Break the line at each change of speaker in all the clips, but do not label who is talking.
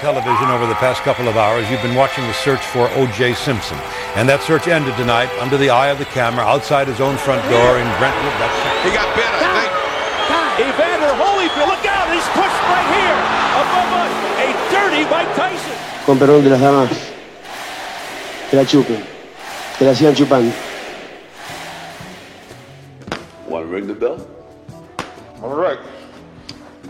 television over the past couple of hours, you've been watching the search for O.J. Simpson. And that search ended tonight under the eye of the camera outside his own front door in Brentwood. That's-
He got bit, I think.
Evander Holyfield, look out, he's pushed right here above us. A dirty Mike Tyson.
Con perdón de las damas. Que la chupen. Que la sigan chupando.
Want to ring the bell?
All right.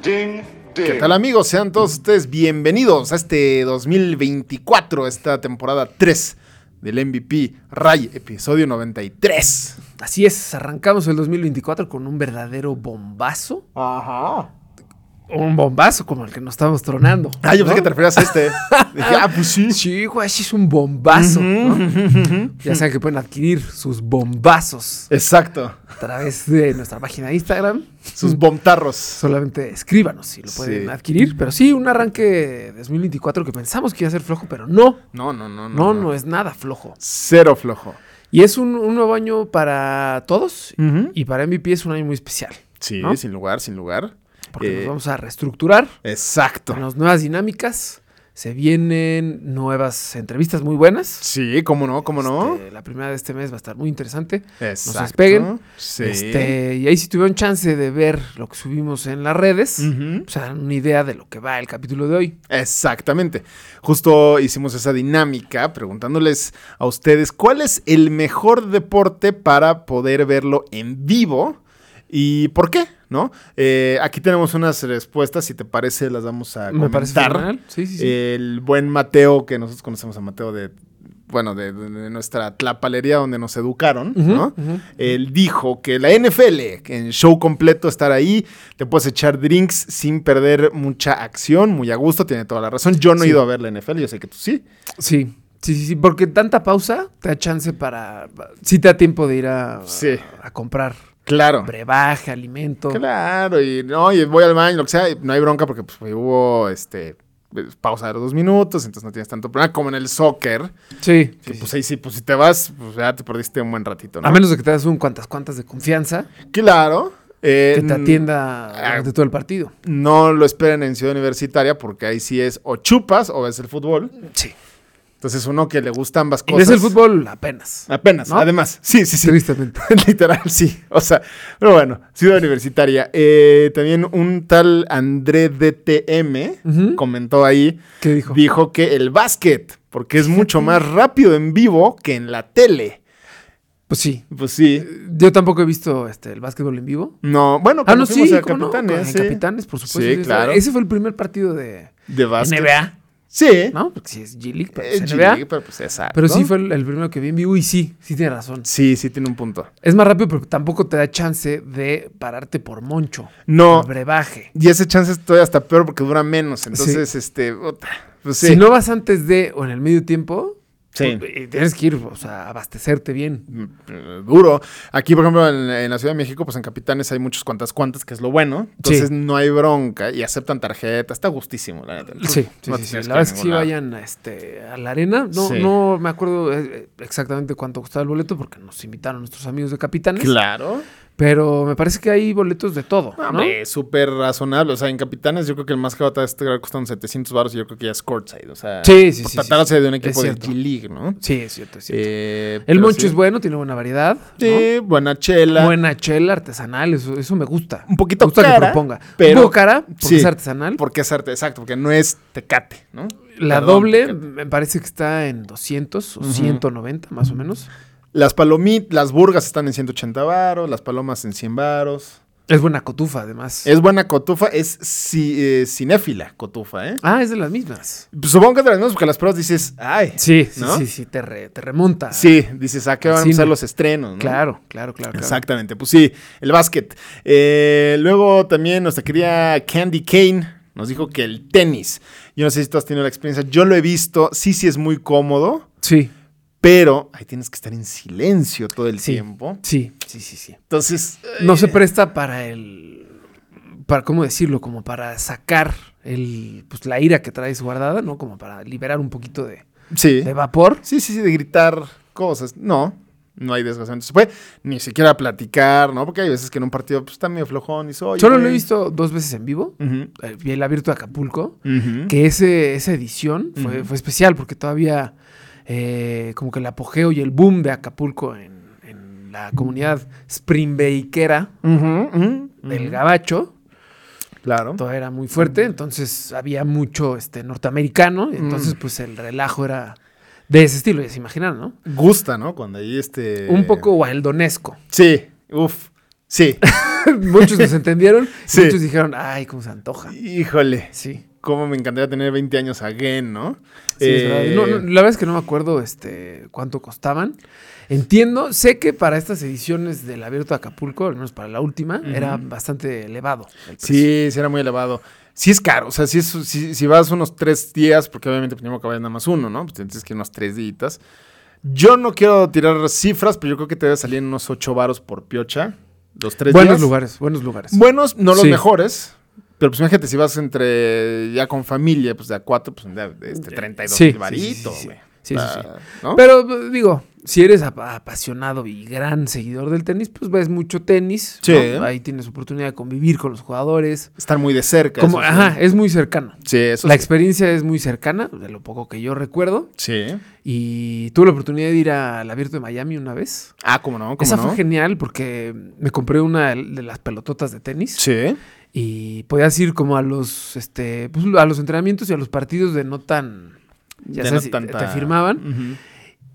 Ding, ding.
¿Qué tal amigos? Sean todos ustedes bienvenidos a este 2024, esta temporada 3 del MVP Ray, episodio 93.
Así es, arrancamos el 2024 con un verdadero bombazo.
Ajá.
Un bombazo como el que nos estamos tronando.
Ah, yo pensé
¿no?
que te referías a este. Dije, ah, pues sí.
Sí, güey, sí es un bombazo. ¿no? Ya saben que pueden adquirir sus bombazos
Exacto.
a través de nuestra página de Instagram.
Sus bomtarros.
Solamente escríbanos si lo pueden
Sí.
adquirir. Pero sí, un arranque de 2024 que pensamos que iba a ser flojo, pero no.
No, no, no,
No, no es nada flojo.
Cero flojo.
Y es un, un nuevo año para todos y para MVP es un año muy especial.
Sí,
¿no?
sin lugar, sin lugar.
Porque
Eh,
nos vamos a reestructurar.
Exacto.
Tenemos nuevas dinámicas. Se vienen nuevas entrevistas muy buenas.
Sí, cómo no, cómo no.
Este, la primera de este mes va a estar muy interesante.
Exacto.
nos despeguen.
Sí.
Este, y ahí si tuvieron chance de ver lo que subimos en las redes,
Ujú.
o sea, dan una idea de lo que va el capítulo de hoy.
Exactamente. Justo hicimos esa dinámica preguntándoles a ustedes cuál es el mejor deporte para poder verlo en vivo y por qué, ¿no? Eh, aquí tenemos unas respuestas, si te parece las vamos a
Me parece
comentar. Eh,
fenomenal. Sí, sí, sí.
El buen Mateo, que nosotros conocemos a Mateo de, bueno, de, de- de nuestra tlapalería donde nos educaron,
Ujú,
¿no?
ujú.
Él dijo que la NFL, que en show completo estar ahí, te puedes echar drinks sin perder mucha acción, muy a gusto, tiene toda la razón. Yo no he
Sí.
ido a ver la NFL, yo sé que tú sí.
Sí, sí, sí, sí, porque tanta pausa te da chance para... Sí te da tiempo de ir a,
Sí.
a, comprar
Claro.
brebaje, alimento.
Claro, y no, y voy al baño, lo que sea, y no hay bronca porque pues, hubo este pues, pausa de los dos minutos, entonces no tienes tanto problema como en el soccer.
Sí,
que,
sí,
pues
sí.
ahí sí, pues si te vas, pues ya te perdiste un buen ratito, ¿no?
A menos de que te das un cuantas cuantas de confianza
Claro. eh,
que te atienda
ah,
durante todo el partido.
No lo esperen en Ciudad Universitaria porque ahí sí es o chupas o ves el fútbol.
Sí.
Entonces uno que le gusta ambas
Y
cosas.
ves el fútbol apenas.
Apenas,
¿No?
además. Sí, sí, sí.
Tristemente.
Literal, sí. O sea, pero bueno, Ciudad Universitaria. Eh, también un tal André DTM
Ujú.
comentó ahí,
¿Qué dijo?
dijo que el básquet, porque es mucho más rápido en vivo que en la tele.
Pues sí.
Pues sí.
Yo tampoco he visto este, el básquetbol en vivo.
No, bueno,
Ah,
cuando
no, sí,
fuimos a
¿cómo no?
Capitanes,
Con- en
sí.
Capitanes, por supuesto.
Sí,
Ese-
claro.
Ese fue el primer partido de
De básquet.
NBA,
Sí.
¿no? Porque sí es G League, pero
Eh,
es
G
NBA.
League, pero pues exacto.
Pero sí fue el, el primero que vi en vivo y sí, sí tiene razón.
Sí, sí tiene un punto.
Es más rápido, pero tampoco te da chance de pararte por moncho.
No.
por brebaje.
Y ese chance estoy hasta peor porque dura menos. Entonces, este. puta, Pues sí.
Si no vas antes de o en el medio tiempo,
Sí.
pues, eh, tienes que ir, o sea, abastecerte bien.
eh, duro. Aquí, por ejemplo, en, en la Ciudad de México, pues en Capitanes hay muchos cuantas cuantas, que es lo bueno. Entonces
Sí.
no hay bronca y aceptan tarjeta. Está gustísimo, la neta.
Sí, sí,
No
sí,
te
sí.
tienes
La
ir a
verdad es que
ningún
sí
lado.
vayan este, a la arena. No,
Sí.
no me acuerdo eh, exactamente cuánto costaba el boleto porque nos invitaron nuestros amigos de Capitanes.
Claro.
Pero me parece que hay boletos de todo, ¿no?
Hombre, súper razonable. O sea, en Capitanes yo creo que el más caro te va a estar costando 700 baros y yo creo que ya es courtside. O sea,
Sí, sí,
por
sí,
tratarse
sí, sí.
de un
Es
equipo de
cierto.
G-League, ¿no?
Sí, es cierto, es cierto.
Eh,
el
pero
moncho
sí.
es bueno, tiene buena variedad.
Sí, buena chela.
¿no? Buena chela artesanal, eso, eso me gusta.
Un poquito
me gusta
cara,
que proponga.
pero-
Un poco cara, porque
Sí.
es artesanal.
Porque es arte, exacto, porque no es tecate, ¿no?
la
Perdón,
doble
Tecate.
me parece que está en 200 o 190 más o menos.
Las palomitas, las burgas están en 180 varos, las palomas en 100 varos.
Es buena cotufa, además.
Es buena cotufa, es ci- eh, cinéfila cotufa, ¿eh?
Ah, es de las mismas.
Pues Supongo que de las mismas, porque las pruebas dices, ay.
Sí, sí,
¿no?
sí, sí, te, re- te remonta.
Sí, dices, ¿a qué
Al
van a empezar
cine.
los estrenos? ¿no?
Claro, claro, claro. claro.
Exactamente, pues sí, el básquet. Eh, luego también nuestra querida Candy Kane nos dijo que el tenis. Yo no sé si tú has tenido la experiencia, yo lo he visto, sí, sí es muy cómodo.
Sí,
pero ahí tienes que estar en silencio todo el
Sí.
tiempo.
sí, sí, sí, sí.
Entonces, eh,
No se presta para el. Para, ¿cómo decirlo? Como para sacar el, pues, la ira que traes guardada, ¿no? Como para liberar un poquito de,
sí.
de vapor.
Sí, sí, sí, de gritar cosas. No, No hay desgraciadamente. Se puede ni siquiera a platicar, ¿no? Porque hay veces que en un partido pues, está medio flojón y soy.
Solo lo he visto dos veces en vivo. eh, Vi el abierto de Acapulco. Que ese, esa edición fue, fue especial porque todavía eh, como que el apogeo y el boom de Acapulco en, en la comunidad springbeikera del Gabacho
Claro.
todavía era muy fuerte. Entonces había mucho este, norteamericano. y entonces pues el relajo era de ese estilo, ya se imaginan, ¿no?
Gusta, ¿no? Cuando ahí este.
Un poco wildonesco.
Sí, uff. Sí.
muchos nos entendieron. y
Sí.
muchos dijeron, ay, cómo se antoja.
Híjole.
Sí.
Cómo me encantaría tener 20 años again, ¿no?
Sí, es verdad.
Eh,
No, no, la verdad es que no me acuerdo este, cuánto costaban. Entiendo, sé que para estas ediciones del Abierto de Acapulco, al menos para la última, era bastante elevado. el precio.
Sí, sí era muy elevado. Sí es caro, o sea, si, si, si vas unos tres días, porque obviamente primero que vayas nada más uno, ¿no? Pues tienes que ir unos tres días. Yo no quiero tirar cifras, pero yo creo que te debe salir en unos ocho varos por piocha. Los tres
Buenos
días.
lugares, buenos lugares.
Buenos, no los
Sí.
mejores. Pero pues imagínate, si vas entre ya con familia, pues de a cuatro, pues de, de este 32
Sí,
mil
sí,
varitos,
sí, sí,
güey.
sí. Sí, sí,
Ah, ¿no?
Pero eh, digo, si eres ap- apasionado y gran seguidor del tenis, pues ves mucho tenis.
Sí.
¿no? Ahí tienes oportunidad de convivir con los jugadores.
Estar muy de cerca.
Como,
eso sí.
ajá, es muy cercano.
Sí, eso
La
sí.
experiencia es muy cercana, de lo poco que yo recuerdo.
Sí.
Y tuve la oportunidad de ir al abierto de Miami una vez.
Ah, ¿cómo no? ¿Cómo
Esa
no?
fue genial porque me compré una de las pelototas de tenis
Sí.
y podías ir como a los este pues, a los entrenamientos y a los partidos de no tan ya
De no
sabes, te- te
tanta- Mm.
firmaban
Ujú.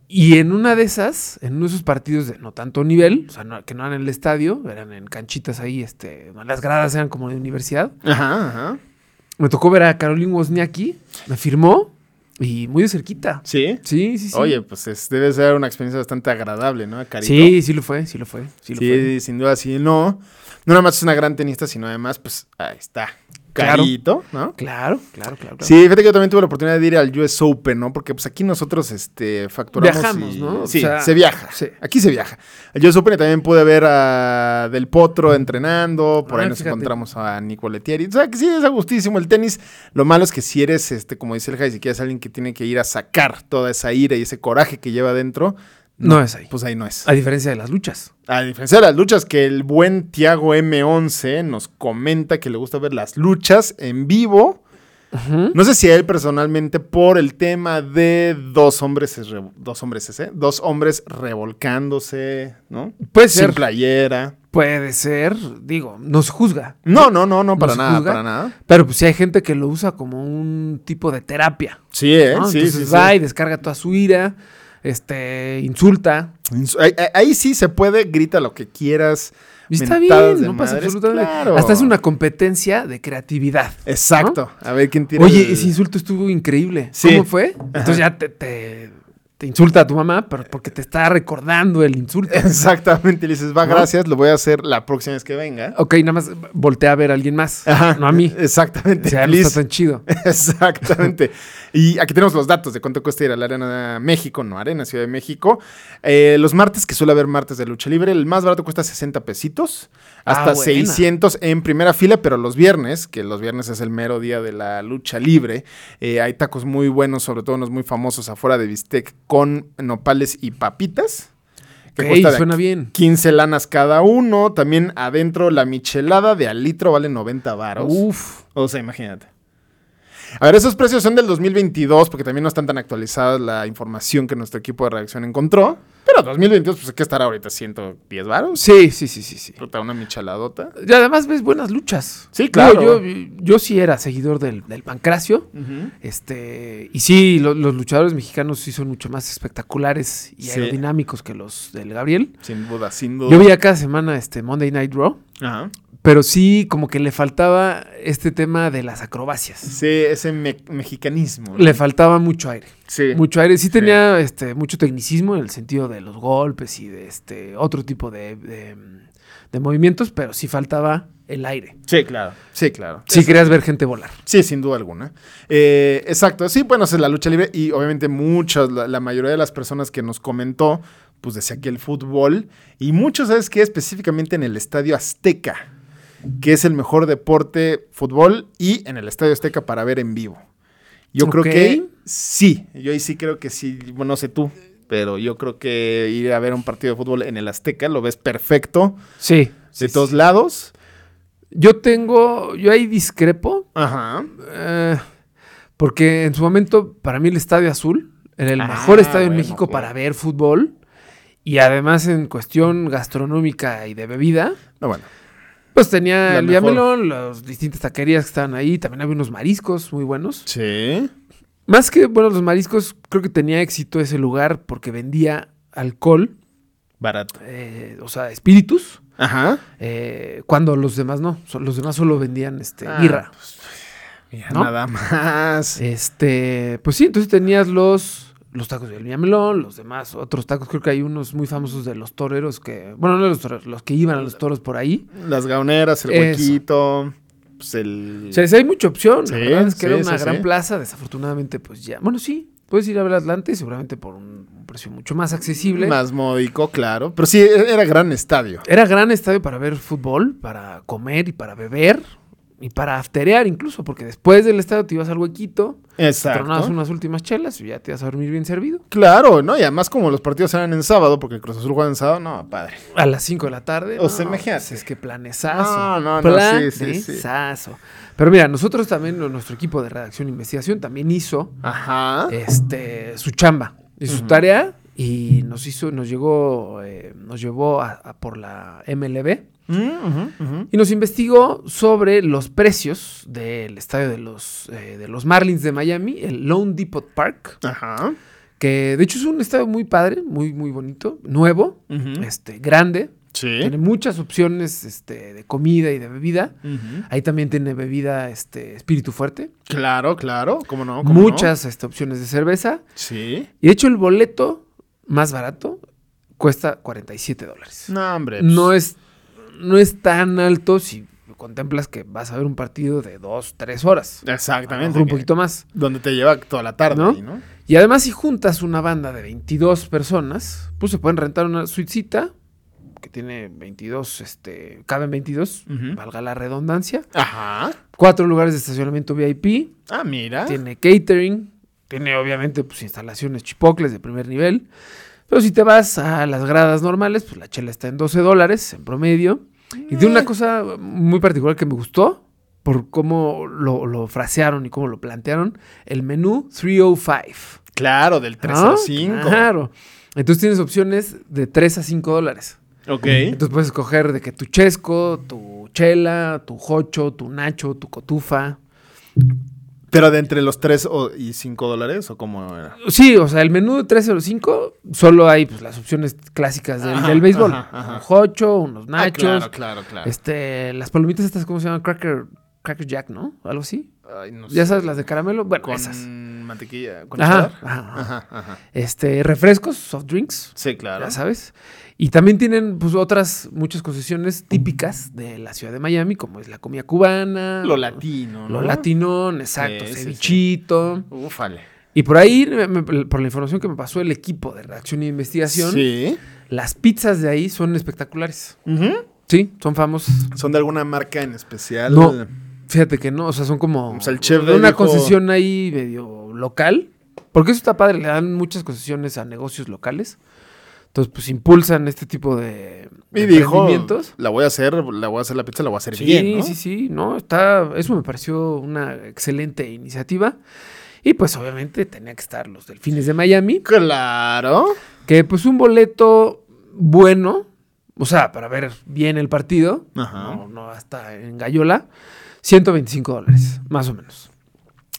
y en una de esas, en uno de esos partidos de no tanto nivel, o sea, no- que no eran en el estadio, eran en canchitas ahí, este, las gradas eran como de universidad.
Ajá, ajá.
Me tocó ver a Caroline Wozniacki, me firmó y muy de cerquita.
Sí.
Sí, sí, sí.
Oye, pues es- debe ser una experiencia bastante agradable, ¿no? Carito.
Sí, sí lo fue, sí lo fue. Sí, lo fue.
Sí, sin duda, sí, no. No nada más es una gran tenista, sino además, pues ahí está.
Claro.
Carito, ¿no?
Claro, claro, claro. claro.
Sí, fíjate que yo también tuve la oportunidad de ir al US Open, ¿no? Porque pues aquí nosotros este, facturamos.
Viajamos,
y-
¿no? O
Sí,
sea,
se viaja.
sí.
Aquí se viaja. Al US Open y también pude ver a Del Potro entrenando, por ahí
Ah,
nos
fíjate.
encontramos a Nicoletieri. O sea, que sí, es a gustísimo el tenis. Lo malo es que si eres, este, como dice el Jai, si quieres alguien que tiene que ir a sacar toda esa ira y ese coraje que lleva adentro,
No es ahí.
pues ahí no es.
A diferencia de las luchas.
A diferencia de las luchas, que el buen Tiago M11 nos comenta que le gusta ver las luchas en vivo. No sé si a él personalmente por el tema de dos hombres, es revo- dos hombres, es, ¿eh? dos hombres revolcándose, ¿no?
Puede
Sin
ser.
playera.
Puede ser, digo, nos juzga.
No, no, no, no, para
¿Nos
nada,
juzga?
para nada.
Pero pues sí hay gente que lo usa como un tipo de terapia.
Sí, ¿eh?
¿no?
sí, sí,
Ah, Entonces
sí.
va y descarga toda su ira, este, insulta.
Insu- Ahí, ahí- ahí sí se puede, grita lo que quieras.
Y está
mentadas
bien,
de
no pasa
madres,
absolutamente
claro.
Hasta es una competencia de creatividad. ¿no?
Exacto. A ver quién tiene.
Oye, ese insulto estuvo increíble.
Sí.
¿Cómo fue? Entonces ya te, te- te insulta a tu mamá pero porque te está recordando el insulto.
Exactamente, le dices, va,
¿No?
gracias, lo voy a hacer la próxima vez que venga.
ok, nada más voltea a ver a alguien más, no a mí.
Exactamente.
O sea, no
please.
está tan chido.
Exactamente. Y aquí tenemos los datos de cuánto cuesta ir a la Arena México, no Arena Ciudad de México. Eh, los martes, que suele haber martes de lucha libre, el más barato cuesta 60 pesitos, hasta
Ah, buena.
600 en primera fila, pero los viernes, que los viernes es el mero día de la lucha libre, eh, hay tacos muy buenos, sobre todo unos muy famosos afuera de Bistec con nopales y papitas. que
Ok,
cuesta de
suena bien.
15 lanas cada uno. También adentro la michelada de al litro vale 90 varos.
Uf.
O sea, imagínate. A ver, esos precios son del 2022 porque también no están tan actualizadas la información que nuestro equipo de redacción encontró. Pero 2022, pues, ¿qué estará ahorita? ¿110 varos?
Sí, sí, sí, sí, sí.
Puta, una micheladota.
Y además ves buenas luchas.
Sí,
Digo,
claro.
yo, yo sí era seguidor del, del pancracio. Este. Y sí, lo- los luchadores mexicanos sí son mucho más espectaculares y
Sí.
aerodinámicos que los del Gabriel.
Sin duda, sin duda.
Yo veía cada semana este Monday Night Raw.
Ajá.
Pero sí, como que le faltaba este tema de las acrobacias.
Sí, ese me- mexicanismo. ¿no?
Le faltaba mucho aire.
Sí.
Mucho aire. Sí tenía este, mucho tecnicismo en el sentido de los golpes y de este otro tipo de, de, de movimientos, pero sí faltaba el aire.
Sí, claro. Sí, claro.
Si querías ver gente volar.
Sí, sin duda alguna. Eh, exacto, sí, bueno, esa es la lucha libre y obviamente muchas, la, la mayoría de las personas que nos comentó, pues decía que el fútbol y muchos, ¿sabes qué? Específicamente en el Estadio Azteca, que es el mejor deporte fútbol y en el Estadio Azteca para ver en vivo. Yo creo
Ok.
que sí, yo ahí sí creo que sí, bueno, no sé tú. pero yo creo que ir a ver un partido de fútbol en el Azteca lo ves perfecto
Sí.
de todos lados.
Yo tengo, yo ahí discrepo,
Ajá.
eh, porque en su momento, para mí el Estadio Azul era el
Ah,
mejor estadio en
bueno,
México
claro.
para ver fútbol. Y además en cuestión gastronómica y de bebida,
No, bueno.
pues tenía
La
el
mejor.
Villamelón, las distintas taquerías que estaban ahí, también había unos mariscos muy buenos.
Sí.
Más que, bueno, los mariscos, creo que tenía éxito ese lugar porque vendía alcohol,
Barato.
eh, o sea, espíritus,
Ajá.
eh, cuando los demás no. So- Los demás solo vendían este,
Ah,
birra.
Mira,
¿No?
Nada más.
Este, pues sí, entonces tenías los, los tacos del Villamelón, los demás, otros tacos. Creo que hay unos muy famosos de los toreros que, bueno, no de los toreros, los que iban a los toros por ahí.
Las gauneras, el
Eso.
huequito, pues el...
O sea, sí hay mucha opción. la
Sí,
verdad es que era
sí,
una
sí,
gran
sí.
plaza. Desafortunadamente, pues ya. Bueno, sí, puedes ir a ver Atlante seguramente por un, un precio mucho más accesible.
Más módico, claro. Pero sí, era gran estadio.
Era gran estadio para ver fútbol, para comer y para beber. Y para afterear incluso, porque después del estadio te ibas al huequito, te
Exacto.
tronabas unas últimas chelas y ya te ibas a dormir bien servido.
Claro, ¿no? Y además como los partidos eran en sábado, porque el Cruz Azul juega en sábado, no, padre.
A las 5 de la tarde.
O sea,
no,
imagínate.
pues Es que planesazo.
No, no, no, sí, sí, sí.
planesazo. Pero mira, nosotros también, no, nuestro equipo de redacción e investigación también hizo
Ajá.
este, su chamba y su tarea. Y nos hizo, nos llegó, eh, nos llevó a- a por la MLB. Y nos investigó sobre los precios del estadio de los, eh, de los Marlins de Miami, el Lone Depot Park,
Ajá.
que de hecho es un estadio muy padre, muy, muy bonito, nuevo,
Ujú.
este, grande.
Sí.
Tiene muchas opciones este, de comida y de bebida. Ahí también tiene bebida este, espíritu fuerte.
Claro, claro. ¿Cómo no? Oh, cómo no.
Muchas este, opciones de cerveza.
Sí.
Y de hecho el boleto más barato cuesta 47 dólares.
No, hombre.
no
pues,
es, no es tan alto si contemplas que vas a ver un partido de dos, tres horas. A lo
Exactamente.
mejor Un
que-
poquito más.
Donde te lleva toda la tarde,
¿No?
ahí, ¿no?
Y además, si juntas una banda de 22 personas, pues se pueden rentar una suitecita que tiene 22, este, caben 22,
Ujú.
valga la redundancia.
Ajá.
Cuatro lugares de estacionamiento VIP,
Ah, mira.
tiene catering, tiene obviamente pues, instalaciones chipocles de primer nivel. Pero si te vas a las gradas normales, pues la chela está en 12 dólares en promedio. Y de una cosa muy particular que me gustó, por cómo lo, lo frasearon y cómo lo plantearon, el menú 305.
Claro, del 3
¿no?
al 5.
Ah, Claro. Entonces tienes opciones de 3 a 5 dólares.
Ok.
Entonces puedes escoger de que tu chesco, tu chela, tu jocho, tu nacho, tu cotufa.
Pero de entre los 3 y 5 dólares, ¿o cómo era?
Sí, o sea, el menú de 305 solo hay pues, las opciones clásicas del,
Ajá,
del béisbol.
ajá, ajá. Ah,
Un jocho, unos nachos,
claro, claro, claro.
este, las palomitas estas, ¿cómo se llaman? Cracker, Cracker Jack, ¿no? Algo así.
Ay, no
Ya
sé.
sabes, las de caramelo, bueno,
Con
esas.
mantequilla. Con
Ajá,
cheddar.
ajá, ajá.
Ajá, ajá.
Este, refrescos, soft drinks,
Sí, claro.
ya sabes. Y también tienen pues otras muchas concesiones típicas de la ciudad de Miami, como es la comida cubana,
Lo latino, ¿no?
lo latinón, exacto,
Sí, sí, sí.
cevichito.
Ufale.
Y por ahí, me- me- por la información que me pasó el equipo de reacción e investigación,
Sí.
las pizzas de ahí son espectaculares. Sí, son famosas.
¿Son de alguna marca en especial?
No, fíjate que no, o sea, son como
O sea, Pues el chef
de
le
una
dijo-
concesión ahí medio local. Porque eso está padre, le dan muchas concesiones a negocios locales. Entonces, pues impulsan este tipo de, de
Y dijo,
emprendimientos.
la voy a hacer, la voy a hacer la pizza, la voy a hacer
Sí,
bien, ¿no?
sí, sí, no, está, eso me pareció una excelente iniciativa. Y pues obviamente tenía que estar los Delfines de Miami.
Claro.
Que pues un boleto bueno, o sea, para ver bien el partido,
Ajá.
no, no hasta en Gallola, 125 dólares, más o menos.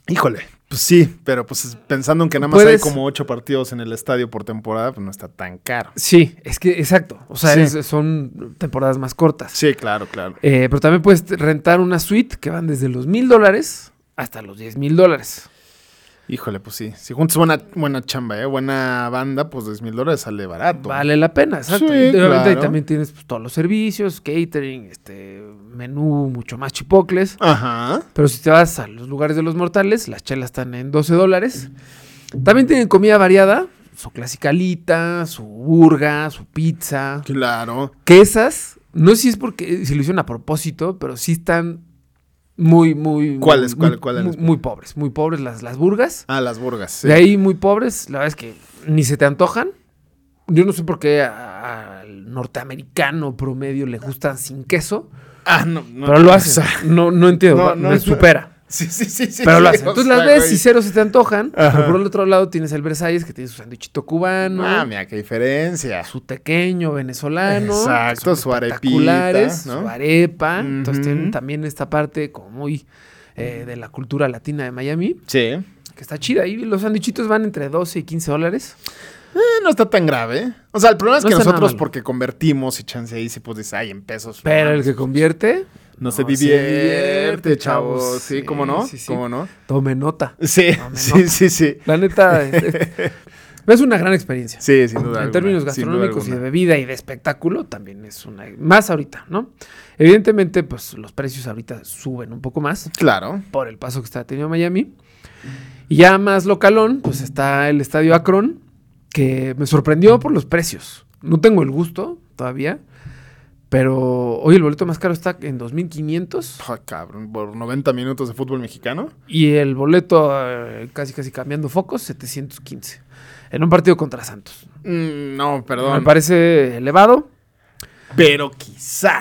Híjole. Pues sí, pero pues pensando en que nada más
Puedes-
hay como ocho partidos en el estadio por temporada, pues no está tan caro.
Sí, es que exacto, o sea,
Sí.
es- son temporadas más cortas.
Sí, claro, claro.
Eh, pero también puedes t- rentar una suite que van desde los mil dólares hasta los 10 mil dólares.
Híjole, pues sí. Si juntas buena, buena chamba, ¿eh? buena banda, pues 10 mil dólares sale barato.
Vale la pena, exacto.
Sí,
Y obviamente ahí
claro.
también tienes pues, todos los servicios, catering, este menú mucho más chipocles.
Ajá.
Pero si te vas a los lugares de los mortales, las chelas están en 12 dólares. También tienen comida variada, su clásica alita, su burga, su pizza.
Claro.
Que esas, no sé si es porque si lo hicieron a propósito, pero sí están muy, muy...
¿Cuáles?
muy-
¿Cuál- cuál en
muy,
especial?
muy pobres, muy pobres las, las burgas.
Ah, las burgas. sí.
De ahí muy pobres, la verdad es que ni se te antojan. Yo no sé por qué a- al norteamericano promedio le gustan sin queso,
Ah, no, no.
pero lo
O
hacen.
sea,
No, no entiendo,
No,
va-
no
me
es-
supera.
sí, sí, sí, sí.
Pero lo
sí,
hacen.
o
Entonces
sea,
las ves
güey.
y cero se te antojan. pero
Ajá.
por el otro lado tienes el Versalles que tiene su sanduichito cubano,
Ah, mira, qué diferencia.
su tequeño venezolano. que
Exacto,
son
su arepita,
espectaculares,
¿no?
Su arepa. Entonces
Ujú.
tienen también esta parte como muy eh, de la cultura latina de Miami,
Sí. Eh,
que está chida. Y los sanduichitos van entre 12 y 15 dólares.
no está tan grave. O sea, el problema es
No
que
está nada
nosotros,
mal.
porque convertimos y chance ahí, sí, pues dices, ay, en pesos.
Pero
no,
el que convierte,
No se
no se
divierte,
divierte,
chavos.
chavos.
Sí, ¿cómo
Sí,
no?
sí, sí.
¿Cómo no?
tome nota.
Sí,
No, me
sí, sí, sí.
La neta, es, es- es una gran experiencia.
Sí, sin duda.
en
alguna,
términos
sin duda
gastronómicos y de
alguna.
bebida y de espectáculo, también es una... Más ahorita, ¿no? Evidentemente, pues los precios ahorita suben un poco más
Claro.
por el paso que está teniendo Miami. Y ya más localón, pues está el Estadio Akron, que me sorprendió por los precios. No tengo el gusto todavía, pero hoy el boleto más caro está en 2.500
Ah, cabrón, por 90 minutos de fútbol mexicano.
y el boleto, eh, casi casi cambiando focos, 715. En un partido contra Santos.
Mm, no,
Me
perdón.
parece elevado.
Pero quizá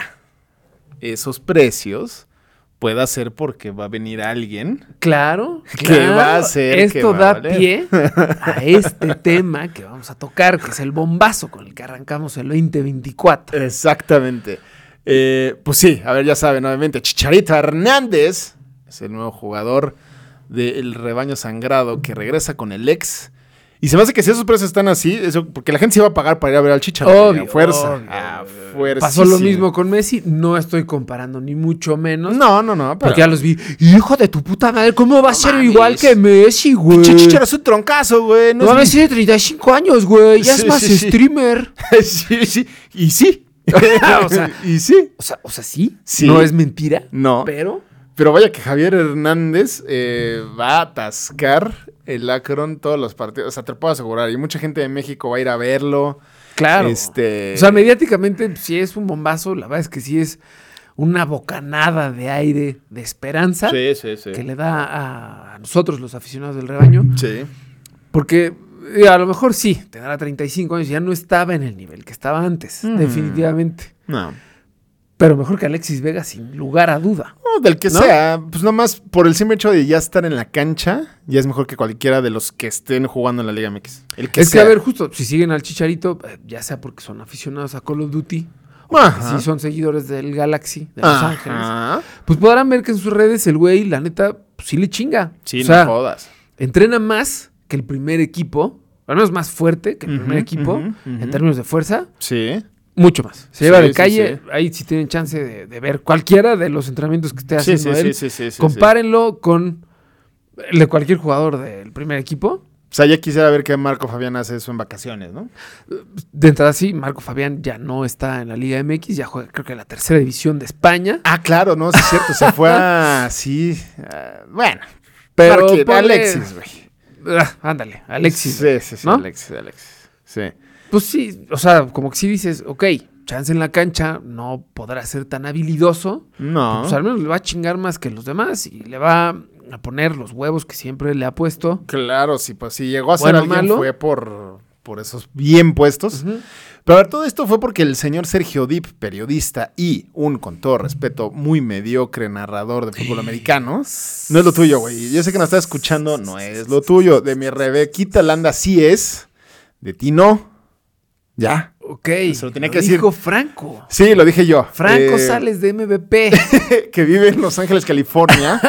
esos precios pueda ser porque va a venir alguien.
Claro,
¿Qué
claro,
va a hacer? ¿Qué
Esto
va a
da
valer?
pie a este tema que vamos a tocar, que es el bombazo con el que arrancamos el 2024.
Exactamente. Eh, pues sí, a ver, ya saben, obviamente, Chicharito Hernández es el nuevo jugador del rebaño sangrado que regresa con el ex. Y se me hace que si esos precios están así, eso, porque la gente se va a pagar para ir a ver al Chicharito.
Obvio,
a fuerza.
obvio.
a fuerza.
Pasó lo mismo con Messi, no estoy comparando ni mucho menos.
No, no, no. Pero
Porque ya los vi, hijo de tu puta madre, ¿cómo va a ser
mames.
igual que Messi, güey?
Pinche Chicharo es un troncazo, güey.
No
es
mames, tiene 35 años, güey, ya
Sí,
es más
sí, sí.
streamer.
mi- sí, sí. Y sí.
O sea-
y sí.
O sea, o sea, sí,
Sí.
no es mentira,
No.
pero
Pero vaya que Javier Hernández eh, va a atascar el Akron todos los partidos. O sea, te lo puedo asegurar. Y mucha gente de México va a ir a verlo.
claro.
Este.
O sea, mediáticamente sí es un bombazo, la verdad es que sí es una bocanada de aire, de esperanza,
Sí, sí, sí.
que le da a, a nosotros los aficionados del rebaño,
Sí.
porque eh, a lo mejor sí, tendrá 35 años, y ya no estaba en el nivel que estaba antes, definitivamente.
No.
Pero mejor que Alexis Vega, sin lugar a duda.
No, del que
¿No?
sea, pues nomás por el simple hecho de ya estar en la cancha, ya es mejor que cualquiera de los que estén jugando en la Liga MX. El que
es
sea.
que, a ver, justo, si siguen al Chicharito, eh, ya sea porque son aficionados a Call of Duty,
Ajá.
si son seguidores del Galaxy, de Los Ángeles,
Ajá.
pues podrán ver que en sus redes el güey, la neta, pues, sí le chinga.
Sí,
o sea,
no jodas.
entrena más que el primer equipo, al menos más fuerte que el primer
Ujú,
equipo,
ujú, ujú.
en términos de fuerza,
Sí.
mucho más. Se
Sí,
lleva de
sí,
calle,
sí.
ahí sí tienen chance de, de ver cualquiera de los entrenamientos que esté
Sí,
haciendo
sí,
él.
sí, sí, sí, sí,
Compárenlo con el de cualquier jugador del primer equipo.
O sea, ya quisiera ver qué Marco Fabián hace eso en vacaciones, ¿no?
De entrada, sí, Marco Fabián ya no está en la Liga MX, ya juega, creo que en la tercera división de España.
Ah, claro, no, sí es cierto. se fue a. Sí. a- bueno.
Pero
Marque-
ponle-
Alexis, güey.
Ah, ándale, Alexis.
Sí, sí, sí.
¿no?
Alexis, Alexis. Sí.
Pues sí, o sea, como que sí dices, ok, chance en la cancha, no podrá ser tan habilidoso,
No.
pues al menos le va a chingar más que los demás y le va a poner los huevos que siempre le ha puesto.
claro, sí, pues si llegó a ser
Bueno,
alguien
malo.
fue por, por esos bien puestos. Pero a ver, todo esto fue porque el señor Sergio Dip, periodista y un, con todo respeto, muy mediocre narrador de fútbol americano, no es lo tuyo, güey. Yo sé que nos está escuchando, no es lo tuyo. De mi Rebequita Landa sí es, de ti no. Ya.
Ok,
Se lo tenía que decir.
dijo Franco.
Sí, lo dije yo.
Franco
Eh,
Sales de MVP.
que vive en Los Ángeles, California,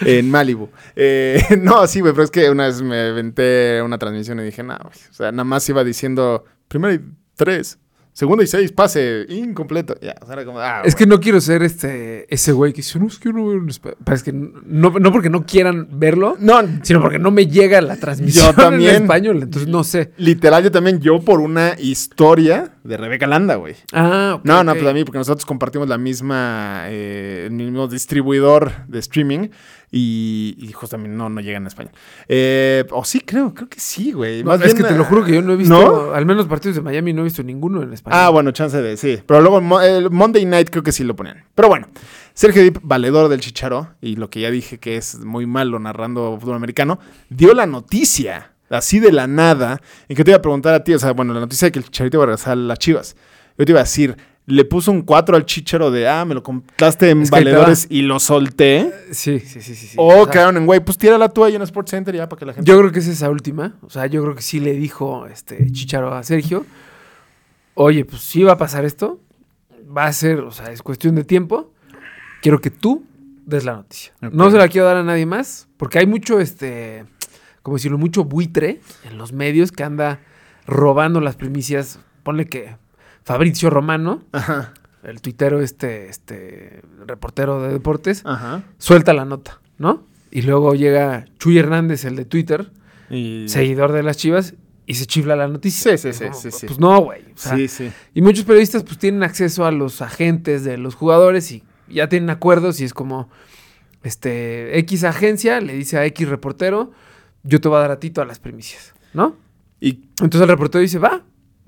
en Malibu. Eh, no, sí, güey, pero es que una vez me inventé una transmisión y dije, no, güey, o sea, nada más iba diciendo, primero y tres, segundo y seis, pase incompleto. Ya, o sea, era como, ah,
es
güey.
que no quiero ser este ese güey que dice, no, es que yo no veo un espe-". Pero es que no, no porque no quieran verlo,
No,
sino porque no me llega la transmisión
también.
en español, entonces no sé.
literal, yo también, yo por una historia de Rebeca Landa, güey.
Ah, ok,
No, no,
ok.
pues a mí, porque nosotros compartimos la misma, eh, el mismo distribuidor de streaming y, y justamente no, no llega en España. Eh, o sí, creo, creo que sí, güey.
No,
Más
es
bien,
que te lo juro que yo no he visto,
¿no?
al menos partidos de Miami no he visto ninguno en español.
Ah, bueno, chance de, sí. Pero luego mo- el Monday Night creo que sí lo ponían. Pero bueno, Sergio Dip, valedor del Chicharo, y lo que ya dije que es muy malo narrando fútbol americano, dio la noticia así de la nada, en que te iba a preguntar a ti, o sea, bueno, la noticia de que el Chicharito iba a regresar a las Chivas. Yo te iba a decir, le puso un 4 al Chicharo de, ah, me lo compraste en
Es que ahí te
valedores y lo solté.
Sí, sí, sí, sí. sí.
o
O sea,
quedaron en, güey, pues tírala tú ahí en Sports Center ya para que la gente...
Yo creo que es esa última. O sea, yo creo que sí le dijo este Chicharo a Sergio. Oye, pues sí va a pasar esto. Va a ser, o sea, es cuestión de tiempo. Quiero que tú des la noticia. No se la quiero dar a nadie más, porque hay mucho, este, como decirlo, mucho buitre en los medios que anda robando las primicias. Ponle que Fabricio Romano,
Ajá,
el tuitero, este, este, reportero de deportes,
ajá.
suelta la nota, ¿no? Y luego llega Chuy Hernández, el de Twitter,
Y...
seguidor de las Chivas y se chifla la noticia.
Sí, sí, sí,
Como,
sí, sí.
Pues no, güey. o sea,
Sí, sí.
Y muchos periodistas pues tienen acceso a los agentes de los jugadores y ya tienen acuerdos y es como, este, X agencia le dice a X reportero, yo te voy a dar a ti todas las primicias, ¿no?
Y...
Entonces el reportero dice, va,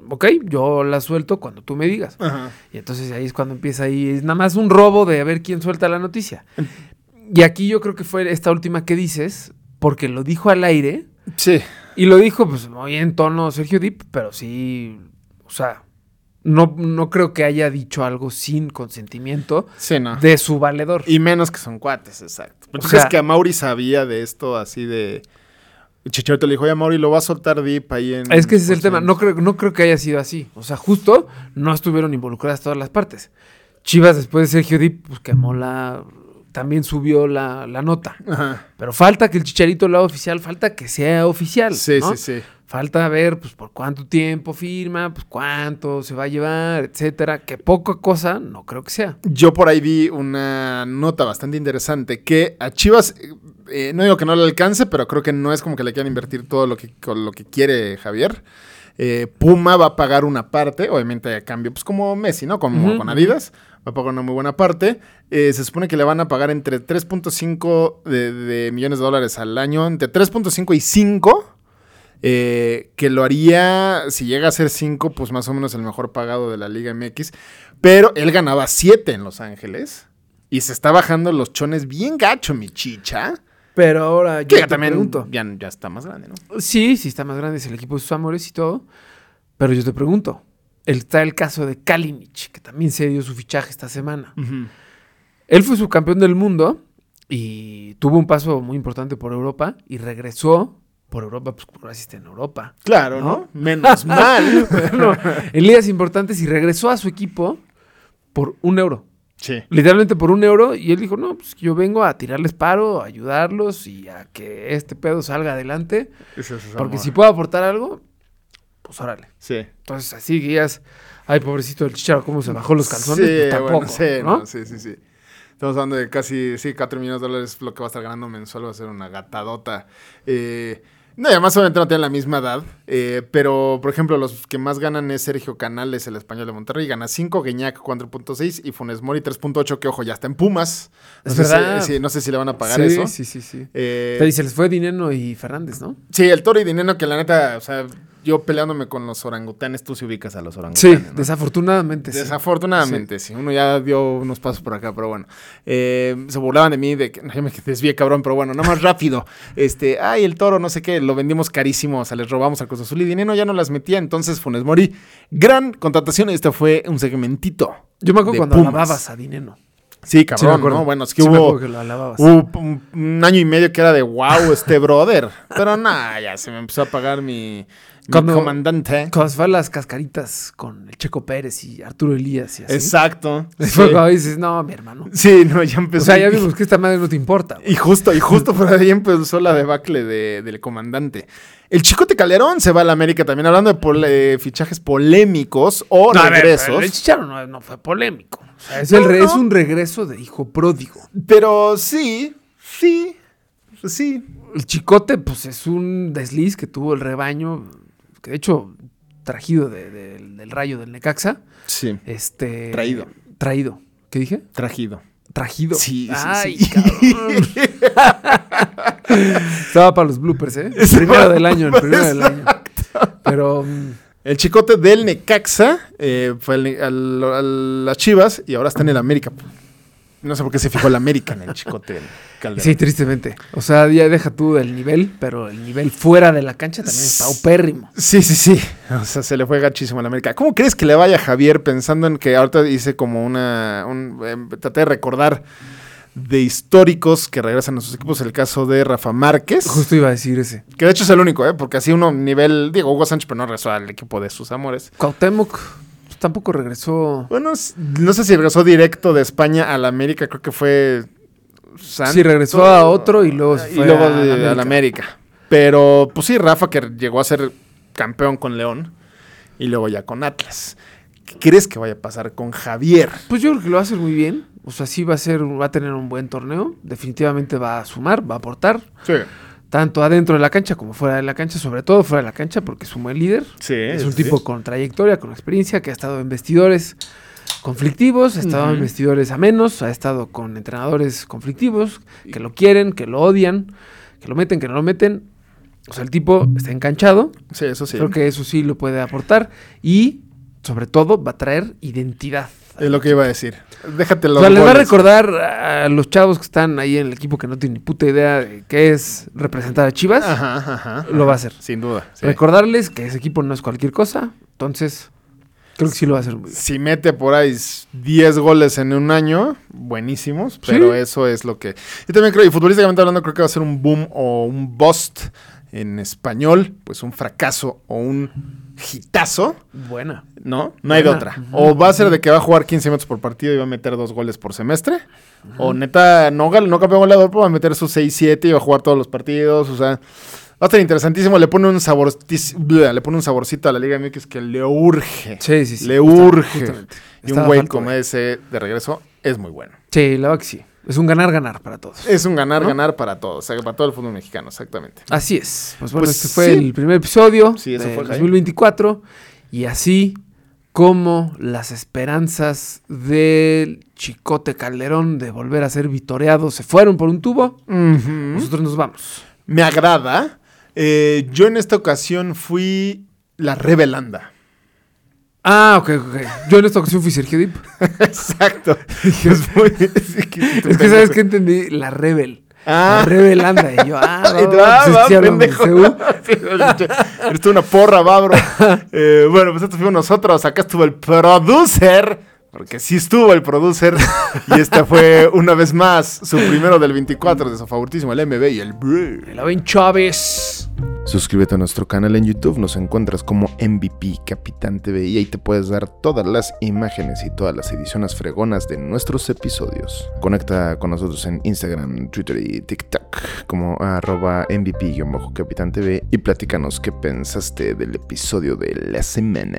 ok, yo las suelto cuando tú me digas.
Ajá.
Y entonces ahí es cuando empieza ahí, es nada más un robo de a ver quién suelta la noticia. Y aquí yo creo que fue esta última que dices, porque lo dijo al aire,
Sí.
y lo dijo, pues, muy en tono Sergio Dip, pero sí, o sea, no, no creo que haya dicho algo sin consentimiento
Sí, no.
de su valedor.
Y menos que son cuates, exacto. Pero
O
tú
sea-
crees que a Mauri sabía de esto así de... Chicharito le dijo, oye, Mauri, lo va a soltar Deep ahí en...
es que ese es el tema, no
Sports
creo, no creo que haya sido así. O sea, justo no estuvieron involucradas todas las partes. Chivas, después de Sergio Dip, pues quemó la... También subió la, la nota.
Center". Ajá.
Pero falta que el chicharito lo haga oficial, falta que sea oficial.
Sí,
¿no?
sí, sí.
Falta ver, pues, por cuánto tiempo firma, pues, cuánto se va a llevar, etcétera. Que poca cosa, no creo que sea.
Yo por ahí vi una nota bastante interesante que a Chivas, eh, eh, no digo que no le alcance, pero creo que no es como que le quieran invertir todo lo que, con lo que quiere Javier. Eh, Puma va a pagar una parte, obviamente a cambio, pues como Messi, ¿no? Como
Ujú,
con Adidas, va a pagar una muy buena parte. Eh, se supone que le van a pagar entre 3.5 de, de millones de dólares al año, entre 3.5 y 5. eh, que lo haría, si llega a ser 5, pues más o menos el mejor pagado de la Liga MX. Pero él ganaba 7 en Los Ángeles. Y se está bajando los chones bien gacho, mi chicha.
Pero ahora yo
Que
te
también
pregunto.
Ya, ya está más grande, ¿no?
Sí, sí está más grande, es el equipo de sus amores y todo. Pero yo te pregunto, el- está el caso de Kalinic, que también se dio su fichaje esta semana. Él fue subcampeón del mundo y tuvo un paso muy importante por Europa y regresó por Europa, pues por asiste en Europa.
Claro,
¿no?
Menos mal.
Bueno, en ligas importantes y regresó a su equipo por un euro.
Sí.
Literalmente por un euro. Y él dijo, no, pues yo vengo a tirarles paro, a ayudarlos y a que este pedo salga adelante.
Eso es
Porque
Pues, amor.
si puedo aportar algo, pues órale.
Sí.
Entonces, así guías. Ay, pobrecito del chicharo, cómo se bajó los calzones.
Sí,
Pues, tampoco.
bueno, sí,
¿no?
no, sí, sí, sí. Estamos hablando de casi, sí, 4 millones de dólares lo que va a estar ganando mensual, va a ser una gatadota. Eh, no, y además obviamente no tienen la misma edad, eh, pero por ejemplo los que más ganan es Sergio Canales, el español de Monterrey, gana 5, Guiñac 4.6 y Funes Mori 3.8, que ojo, ya está en Pumas. No,
Es
sé
verdad.
si, sí, no sé si le van a pagar
sí,
eso.
Sí, sí, sí.
Eh,
Pero y se les fue Dineno y Fernández, ¿no?
sí, el Toro y Dineno que la neta, o sea, yo peleándome con los orangutanes, tú sí ubicas a los
Sí,
orangutanes. ¿no?
desafortunadamente. sí.
Desafortunadamente, sí. Uno ya dio unos pasos por acá, pero bueno. Eh, se burlaban de mí de que no, ya me desvié, cabrón, pero bueno, nada más rápido. Este, ay, el toro, no sé qué, lo vendimos carísimo, o sea, les robamos al Cruz Azul y dinero ya no las metía. Entonces, Funes Mori, gran contratación. Este fue un segmentito.
Yo me acuerdo
de
cuando
Pumas.
alababas a Dineno.
Sí,
Sí me
cabrón,
acuerdo.
¿no? Bueno, es que
Sí me
hubo,
acuerdo que lo alababas.
hubo un, un año y medio que era de wow, este brother. Pero nada, ya se me empezó a pagar mi, mi
Cuando-
comandante.
Cuando se fue a las cascaritas con el Checo Pérez y Arturo Elías y así.
Exacto.
Fue
Sí.
cuando dices, no, mi hermano.
Sí, no, ya empezó.
O sea, ya vimos que esta madre no te importa. güey.
Y justo, y justo por ahí empezó la debacle de- del comandante. El Chicote Calderón se va a la América también, hablando de pol- eh, fichajes polémicos o
No, a ver,
regresos.
pero el Chicharo no, no fue polémico. O sea, es, el
No,
re-
no.
es un regreso de hijo pródigo.
pero sí, sí, sí.
El Chicote, pues es un desliz que tuvo el rebaño, que de hecho, trajido de- de- del rayo del Necaxa.
Sí.
Este.
Traído.
Traído. ¿Qué dije?
Trajido.
Trajido.
Sí, sí,
Ay,
sí.
cabrón. Estaba para los bloopers, ¿eh? El
Estaba
primero del año, el
para-
primero del año. Pero. mm,
El Chicote del Necaxa eh, fue al Ne- al- a las Chivas y ahora está en el América. No sé por qué se fijó el América en el chicote del Calderón.
Sí, tristemente. O sea, ya deja tú el nivel, pero el nivel fuera de la cancha también es paupérrimo.
Sí, sí, sí. O sea, se le fue gachísimo a la América. ¿Cómo crees que le vaya a Javier pensando en que ahorita hice como una. un- em, traté de recordar de históricos que regresan a sus equipos. El caso de Rafa Márquez.
Justo iba a decir ese.
Que de hecho es el único, ¿eh? Porque así uno nivel. Digo, Hugo Sánchez, pero no regresó al equipo de sus amores.
Cuauhtémoc pues, tampoco regresó.
Bueno, s- no sé si regresó directo de España a la América. Creo que fue. Santos.
Sí, regresó a otro y luego se
Y
fue
luego
a
de-
la
al América. Pero, pues sí, Rafa que llegó a ser campeón con León y luego ya con Atlas. ¿Qué crees que vaya a pasar con Javier?
Pues yo creo que lo va a hacer muy bien. O sea, sí va a ser, va a tener un buen torneo. Definitivamente va a sumar, va a aportar.
Sí.
Tanto adentro de la cancha como fuera de la cancha, sobre todo fuera de la cancha, porque es un buen líder.
Sí,
es
eso
un
sí.
tipo con trayectoria, con experiencia, que ha estado en vestidores conflictivos, ha estado en vestidores amenos, ha estado con entrenadores conflictivos, que lo quieren, que lo odian, que lo meten, que no lo meten. O sea, el tipo está enganchado.
Sí, eso sí.
Creo que eso sí lo puede aportar. Y, sobre todo, va a traer identidad.
Es lo que iba a decir. Déjate los
o sea, les va a
goles.
recordar a los chavos que están ahí en el equipo que no tienen ni puta idea de qué es representar a Chivas.
Ajá, ajá, ajá.
Lo va a hacer.
Sin duda. sí.
Recordarles que ese equipo no es cualquier cosa. Entonces, creo que sí lo va a hacer muy bien.
Si mete por ahí 10 goles en un año, buenísimos, pero
Sí.
eso es lo que... Yo también creo, y futbolísticamente hablando, creo que va a ser un boom o un bust en español, pues un fracaso o un hitazo.
Buena.
No, no hay de
Ajá.
otra. O va a ser de que va a jugar 15 minutos por partido y va a meter dos goles por semestre. O neta, no, gal- no campeón goleador, pero va a meter sus 6-7 y va a jugar todos los partidos. O sea, va a estar interesantísimo. Le pone un, sabor, le pone un saborcito a la Liga MX que le urge.
Sí, sí, sí.
Le
Justa-
urge.
justamente.
Y un
Estaba
güey
falto
como
de-
ese de regreso es muy bueno.
Sí, la verdad que sí. Es un ganar-ganar para todos.
Es un ganar-ganar para todos. O sea, para todo el fútbol mexicano, exactamente.
Así es. Pues bueno,
Pues
este fue
sí.
el primer episodio
Sí, eso
del
fue, Jaime.
2024. Y así como las esperanzas del Chicote Calderón de volver a ser vitoreado se fueron por un tubo, nosotros nos vamos.
Me agrada. Eh, yo en esta ocasión fui la revelanda.
Ah, ok, ok. Yo en esta ocasión fui Sergio Dip.
Exacto. es muy- es que,
Es que sabes que entendí la Rebel.
Ah.
La Rebel anda. Y yo, ah,
Y tú,
va,
ah,
pues es
va,
que hablan del
pendejo.
CU.
Eres tú una porra, babro. Eh, bueno, pues esto fuimos nosotros. Acá estuvo el producer. Porque sí estuvo el producer. Y esta fue, una vez más, su primero del 24 de su favoritísimo, el MB y el Bru.
La ven Chávez.
Suscríbete a nuestro canal en YouTube, nos encuentras como MVP Capitán TV y ahí te puedes dar todas las imágenes y todas las ediciones fregonas de nuestros episodios. Conecta con nosotros en Instagram, Twitter y TikTok como arroba MVP-Capitán TV y platícanos qué pensaste del episodio de la semana.